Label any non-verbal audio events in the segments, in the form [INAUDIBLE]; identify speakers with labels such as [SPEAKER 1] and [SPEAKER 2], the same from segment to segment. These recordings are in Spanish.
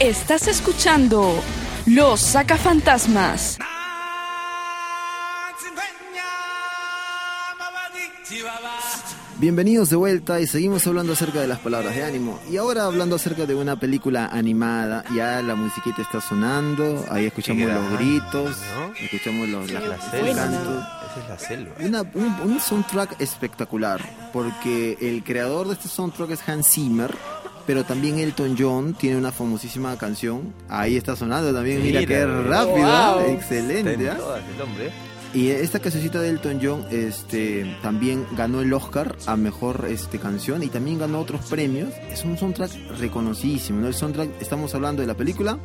[SPEAKER 1] Estás escuchando Los Sacafantasmas.
[SPEAKER 2] Bienvenidos de vuelta y seguimos hablando acerca de las palabras de ánimo. Y ahora hablando acerca de una película animada. Ya la musiquita está sonando, ahí escuchamos
[SPEAKER 3] Qué
[SPEAKER 2] los
[SPEAKER 3] gran-
[SPEAKER 2] gritos,
[SPEAKER 3] ¿no?
[SPEAKER 2] escuchamos los,
[SPEAKER 4] Qué
[SPEAKER 2] los-
[SPEAKER 3] La
[SPEAKER 2] los
[SPEAKER 3] selva.
[SPEAKER 2] cantos.
[SPEAKER 3] Esa es la selva.
[SPEAKER 2] Una- un, un soundtrack espectacular, porque el creador de este soundtrack es Hans Zimmer, pero también Elton John tiene una famosísima canción. Ahí está sonando también, mira,
[SPEAKER 3] Mira,
[SPEAKER 2] qué
[SPEAKER 3] güey.
[SPEAKER 2] rápido,
[SPEAKER 4] Wow.
[SPEAKER 3] Está
[SPEAKER 2] excelente.
[SPEAKER 3] en
[SPEAKER 2] ¿ah?
[SPEAKER 3] todas el hombre.
[SPEAKER 2] Y esta cancioncita de Elton John este, también ganó el Oscar a mejor este, canción y también ganó otros premios. Es un soundtrack reconocidísimo, ¿no? El soundtrack, estamos hablando de la película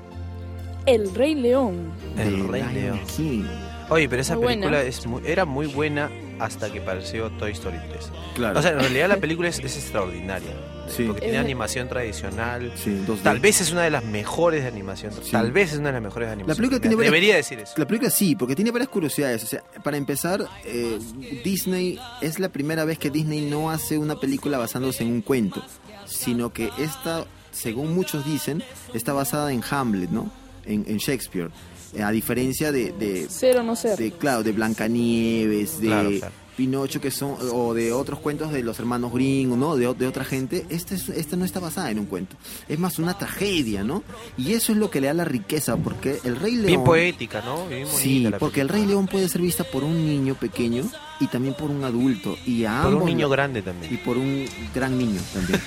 [SPEAKER 1] El Rey León.
[SPEAKER 3] El
[SPEAKER 2] de
[SPEAKER 3] Rey
[SPEAKER 2] Lion
[SPEAKER 3] León.
[SPEAKER 2] King.
[SPEAKER 3] Oye, pero esa
[SPEAKER 1] Muy buena.
[SPEAKER 3] película es muy- era muy buena hasta que pareció Toy Story 3.
[SPEAKER 2] Claro.
[SPEAKER 3] O sea, en realidad la película es, es extraordinaria.
[SPEAKER 2] Sí.
[SPEAKER 3] Porque tiene
[SPEAKER 1] Es-
[SPEAKER 3] animación tradicional.
[SPEAKER 2] Sí, 2D.
[SPEAKER 3] Tal vez es una de las mejores de animación.
[SPEAKER 2] Sí.
[SPEAKER 3] Tal vez es una de las mejores de animación.
[SPEAKER 2] película
[SPEAKER 3] Me
[SPEAKER 2] tiene varias-
[SPEAKER 3] Debería decir eso.
[SPEAKER 2] La película sí, porque tiene varias curiosidades. O sea, para empezar, eh, Disney es la primera vez que Disney no hace una película basándose en un cuento, sino que esta, según muchos dicen, está basada en Hamlet, ¿no? En, en Shakespeare. Eh, a diferencia de, de,
[SPEAKER 1] Ser o no ser.
[SPEAKER 2] de, claro, de Blancanieves, de
[SPEAKER 3] Claro, claro.
[SPEAKER 2] Pinocho, que son, o de otros cuentos de los hermanos Grimm, ¿no? De, o- de otra gente. Esta es, esta no está basada en un cuento. Es más una tragedia, ¿no? Y eso es lo que le da la riqueza, porque el Rey León.
[SPEAKER 3] Bien poética, ¿no? Bien
[SPEAKER 2] Sí,
[SPEAKER 3] bonita la
[SPEAKER 2] porque el Rey
[SPEAKER 3] película.
[SPEAKER 2] León puede ser vista por un niño pequeño y también por un adulto. Y a
[SPEAKER 3] Por un
[SPEAKER 2] ambos-
[SPEAKER 3] niño grande también.
[SPEAKER 2] Y por un gran niño
[SPEAKER 3] [LAUGHS]
[SPEAKER 2] también.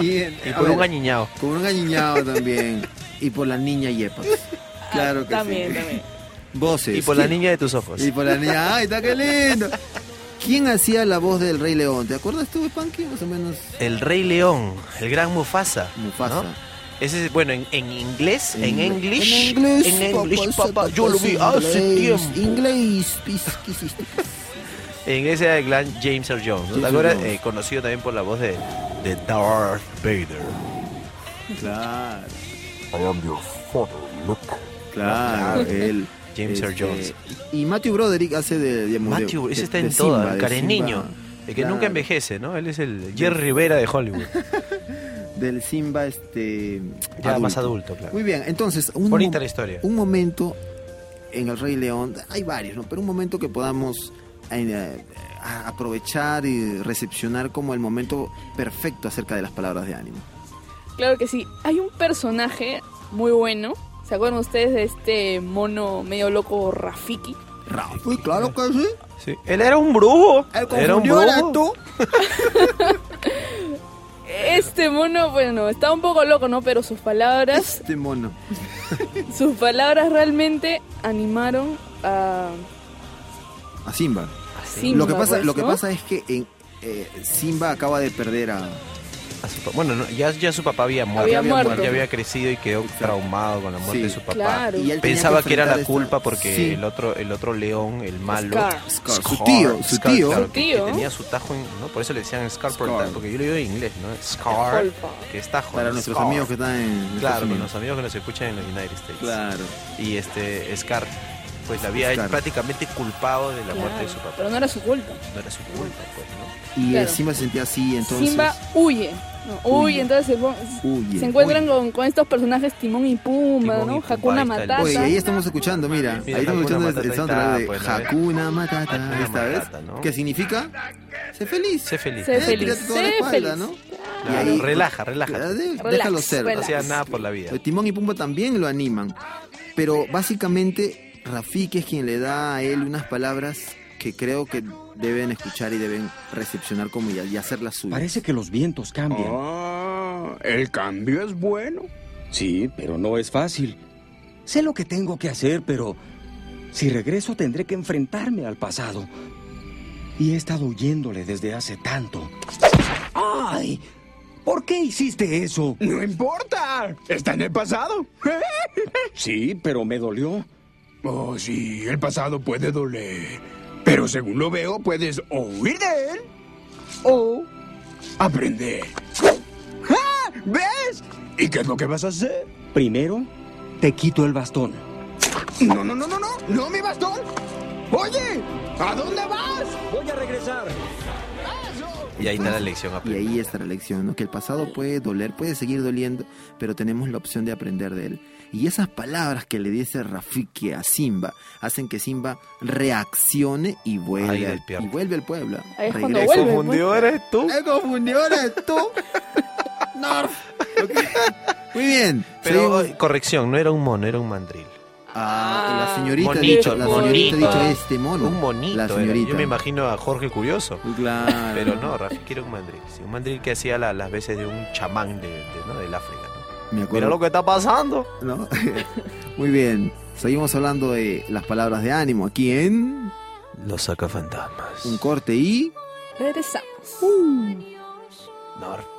[SPEAKER 2] y, eh,
[SPEAKER 3] Y
[SPEAKER 2] a
[SPEAKER 3] por un
[SPEAKER 2] ver,
[SPEAKER 3] añiñado.
[SPEAKER 2] Con un añiñado también. Y por la niña Yepas. Claro que
[SPEAKER 1] Ah, También,
[SPEAKER 2] sí.
[SPEAKER 1] también.
[SPEAKER 2] Voces.
[SPEAKER 3] Y por la
[SPEAKER 2] ¿Quién-
[SPEAKER 3] niña de tus ojos.
[SPEAKER 2] Y por la niña. ¡Ay, está qué lindo! ¿Quién hacía la voz del Rey León? ¿Te acuerdas tú, Spanky? Más o menos.
[SPEAKER 3] El Rey León, el gran Mufasa.
[SPEAKER 2] Mufasa.
[SPEAKER 3] ¿no? Ese es, bueno, en, en inglés, en,
[SPEAKER 2] ingle-
[SPEAKER 3] English.
[SPEAKER 2] En inglés.
[SPEAKER 3] en English, papá. Yo lo vi
[SPEAKER 2] papacito,
[SPEAKER 3] hace
[SPEAKER 2] inglés,
[SPEAKER 3] tiempo.
[SPEAKER 2] Inglés. pis, ¿Qué hiciste?
[SPEAKER 3] En ese era el gran James Earl Jones. ¿no?
[SPEAKER 2] James
[SPEAKER 3] ¿Te acuerdas?
[SPEAKER 2] Earl Jones.
[SPEAKER 3] Eh, conocido también por la voz de, de Darth Vader.
[SPEAKER 2] Claro.
[SPEAKER 5] I am your father, Luke.
[SPEAKER 2] Claro, él. este,
[SPEAKER 3] James Earl Jones.
[SPEAKER 2] Y Matthew Broderick hace de. digamos, de-
[SPEAKER 3] Matthew, ese
[SPEAKER 2] de-
[SPEAKER 3] está
[SPEAKER 2] de
[SPEAKER 3] en
[SPEAKER 2] Simba,
[SPEAKER 3] todas.
[SPEAKER 2] de
[SPEAKER 3] Karen
[SPEAKER 2] Simba.
[SPEAKER 3] Niño. El que
[SPEAKER 2] Claro,
[SPEAKER 3] nunca envejece, ¿no? Él es el Jerry Rivera de [LAUGHS] Hollywood.
[SPEAKER 2] Del Simba, este.
[SPEAKER 3] Ya más adulto, claro.
[SPEAKER 2] Muy bien, entonces. Un
[SPEAKER 3] Bonita
[SPEAKER 2] mom-
[SPEAKER 3] la historia.
[SPEAKER 2] Un momento en El Rey León, hay varios, ¿no? Pero un momento que podamos eh, a- aprovechar y recepcionar como el momento perfecto acerca de las palabras de ánimo.
[SPEAKER 1] Claro que sí. Hay un personaje muy bueno. ¿Se acuerdan ustedes de este mono medio loco Rafiki?
[SPEAKER 2] Uy, claro que sí.
[SPEAKER 3] Sí. Él era un brujo. Era un brujo.
[SPEAKER 1] Este mono, bueno, está un poco loco, ¿no? Pero sus
[SPEAKER 2] [LAUGHS]
[SPEAKER 1] palabras,
[SPEAKER 2] Este mono.
[SPEAKER 1] sus palabras realmente animaron a
[SPEAKER 2] A Simba.
[SPEAKER 3] Ah, sí.
[SPEAKER 1] Simba.
[SPEAKER 2] Lo que pasa,
[SPEAKER 1] pues,
[SPEAKER 2] lo que
[SPEAKER 1] ¿no?
[SPEAKER 2] pasa es que en, eh, Simba acaba de perder a.
[SPEAKER 3] A su pa- bueno, no, ya, ya su papá había muerto.
[SPEAKER 1] Había
[SPEAKER 3] Ya
[SPEAKER 1] muerto.
[SPEAKER 3] Ya había crecido y quedó traumado con la muerte
[SPEAKER 2] Sí.
[SPEAKER 3] de su papá.
[SPEAKER 1] Claro.
[SPEAKER 2] y él tenía
[SPEAKER 3] Pensaba que era la
[SPEAKER 2] enfrentar esta-
[SPEAKER 3] culpa porque
[SPEAKER 2] Sí.
[SPEAKER 3] el otro el otro león, el malo,
[SPEAKER 1] Scar.
[SPEAKER 2] Scar, su tío, su tío.
[SPEAKER 3] claro, que-
[SPEAKER 1] Tío.
[SPEAKER 3] Que, tenía su tajo, en- ¿no? Por eso le decían Scar, por el
[SPEAKER 2] Scar.
[SPEAKER 3] tajo, porque yo lo digo en inglés, ¿no? Scar,
[SPEAKER 1] Olfa.
[SPEAKER 3] que es tajo.
[SPEAKER 2] Para
[SPEAKER 3] ¿no?
[SPEAKER 2] nuestros
[SPEAKER 3] Scar.
[SPEAKER 2] amigos que están en. Estados
[SPEAKER 3] Claro, para
[SPEAKER 2] Unidos.
[SPEAKER 3] los amigos que nos escuchan en los United States.
[SPEAKER 2] Claro.
[SPEAKER 3] Y este Scar, pues la había
[SPEAKER 2] Scar.
[SPEAKER 3] prácticamente culpado de la
[SPEAKER 1] Claro,
[SPEAKER 3] muerte de su papá.
[SPEAKER 1] Pero no era su culpa.
[SPEAKER 3] No era su culpa, pues, ¿no?
[SPEAKER 2] Y eh,
[SPEAKER 1] Claro.
[SPEAKER 2] Simba se sentía así, entonces.
[SPEAKER 1] Simba huye. No, huye,
[SPEAKER 2] Huye.
[SPEAKER 1] entonces se, pon-
[SPEAKER 2] Huye.
[SPEAKER 1] se encuentran con, con estos personajes Timón y Pumba,
[SPEAKER 3] Timón y
[SPEAKER 1] ¿no?
[SPEAKER 3] Pumba,
[SPEAKER 1] Hakuna
[SPEAKER 3] ahí está el-
[SPEAKER 1] Matata.
[SPEAKER 2] Oye, ahí estamos escuchando, mira.
[SPEAKER 3] Mira,
[SPEAKER 2] ahí estamos escuchando
[SPEAKER 3] Hakuna Matata,
[SPEAKER 2] el
[SPEAKER 3] ahí
[SPEAKER 2] soundtrack
[SPEAKER 3] está,
[SPEAKER 2] de
[SPEAKER 3] pues, ¿no?
[SPEAKER 2] Hakuna Matata,
[SPEAKER 3] Hakuna
[SPEAKER 2] esta vez.
[SPEAKER 3] Matata, ¿no?
[SPEAKER 2] ¿Qué significa? Sé feliz.
[SPEAKER 3] Sé feliz.
[SPEAKER 1] Sé
[SPEAKER 2] Eh,
[SPEAKER 1] feliz.
[SPEAKER 2] tírate toda la
[SPEAKER 1] sé
[SPEAKER 2] espalda,
[SPEAKER 1] feliz.
[SPEAKER 2] ¿no?
[SPEAKER 3] Claro, relaja, relaja.
[SPEAKER 2] Claro, eh, de-
[SPEAKER 1] Relax,
[SPEAKER 2] Déjalo ser.
[SPEAKER 3] No hacía nada por la vida.
[SPEAKER 2] Eh, Timón y Pumba también lo animan. Pero básicamente Rafiki es quien le da a él unas palabras que creo que deben escuchar y deben recepcionar como y, y hacerlas suyas.
[SPEAKER 6] Parece que los vientos cambian.
[SPEAKER 7] Ah, el cambio es bueno.
[SPEAKER 6] Sí, pero no es fácil. Sé lo que tengo que hacer, pero si regreso tendré que enfrentarme al pasado. Y he estado huyéndole desde hace tanto. ¡Ay! ¿Por qué hiciste eso?
[SPEAKER 7] No importa. Está en el pasado.
[SPEAKER 6] [LAUGHS] Sí, pero me dolió.
[SPEAKER 7] Oh, sí, el pasado puede doler. Pero según lo veo, puedes o huir de él o aprender. ¡Ah! ¿Ves? ¿Y qué es lo que vas a hacer?
[SPEAKER 6] Primero, te quito el bastón.
[SPEAKER 7] No, no, no, no, no. No, mi bastón. Oye, ¿a dónde vas?
[SPEAKER 6] Voy a regresar.
[SPEAKER 7] ¡Eso!
[SPEAKER 3] Y ahí está la
[SPEAKER 2] Entonces,
[SPEAKER 3] lección
[SPEAKER 2] Y
[SPEAKER 3] aprendida.
[SPEAKER 2] ahí está la lección, ¿no? Que el pasado puede doler, puede seguir doliendo, pero tenemos la opción de aprender de él. Y esas palabras que le dice Rafiki a Simba hacen que Simba reaccione y
[SPEAKER 3] Ahí
[SPEAKER 2] vuelve, al-
[SPEAKER 3] despierta.
[SPEAKER 2] y vuelve al pueblo.
[SPEAKER 1] Ahí es cuando
[SPEAKER 2] Regresa.
[SPEAKER 1] vuelve.
[SPEAKER 3] ¿Confundido eres tú?
[SPEAKER 2] ¡Me confundió eres tú! [LAUGHS] ¡Norf! Ok. Muy bien.
[SPEAKER 3] Pero,
[SPEAKER 2] seguimos.
[SPEAKER 3] eh, corrección, no era un mono, era un mandril.
[SPEAKER 2] Ah, la señorita
[SPEAKER 3] Monito,
[SPEAKER 2] ha dicho, la señorita
[SPEAKER 3] monito.
[SPEAKER 2] ha dicho este mono.
[SPEAKER 3] Un monito.
[SPEAKER 2] La
[SPEAKER 3] era.
[SPEAKER 2] señorita.
[SPEAKER 3] Yo me imagino a Jorge el Curioso.
[SPEAKER 2] Claro.
[SPEAKER 3] Pero no, Rafiki era un mandril. sí, un mandril que hacía la- las veces de un chamán de, de- ¿no? del África. ¿no?
[SPEAKER 2] Me
[SPEAKER 3] Mira
[SPEAKER 2] acuerdo
[SPEAKER 3] lo que está pasando.
[SPEAKER 2] ¿no? [LAUGHS] Muy bien. Seguimos hablando de las palabras de ánimo aquí en
[SPEAKER 3] Los sacafantasmas.
[SPEAKER 2] un corte y
[SPEAKER 1] Regresamos.
[SPEAKER 3] No,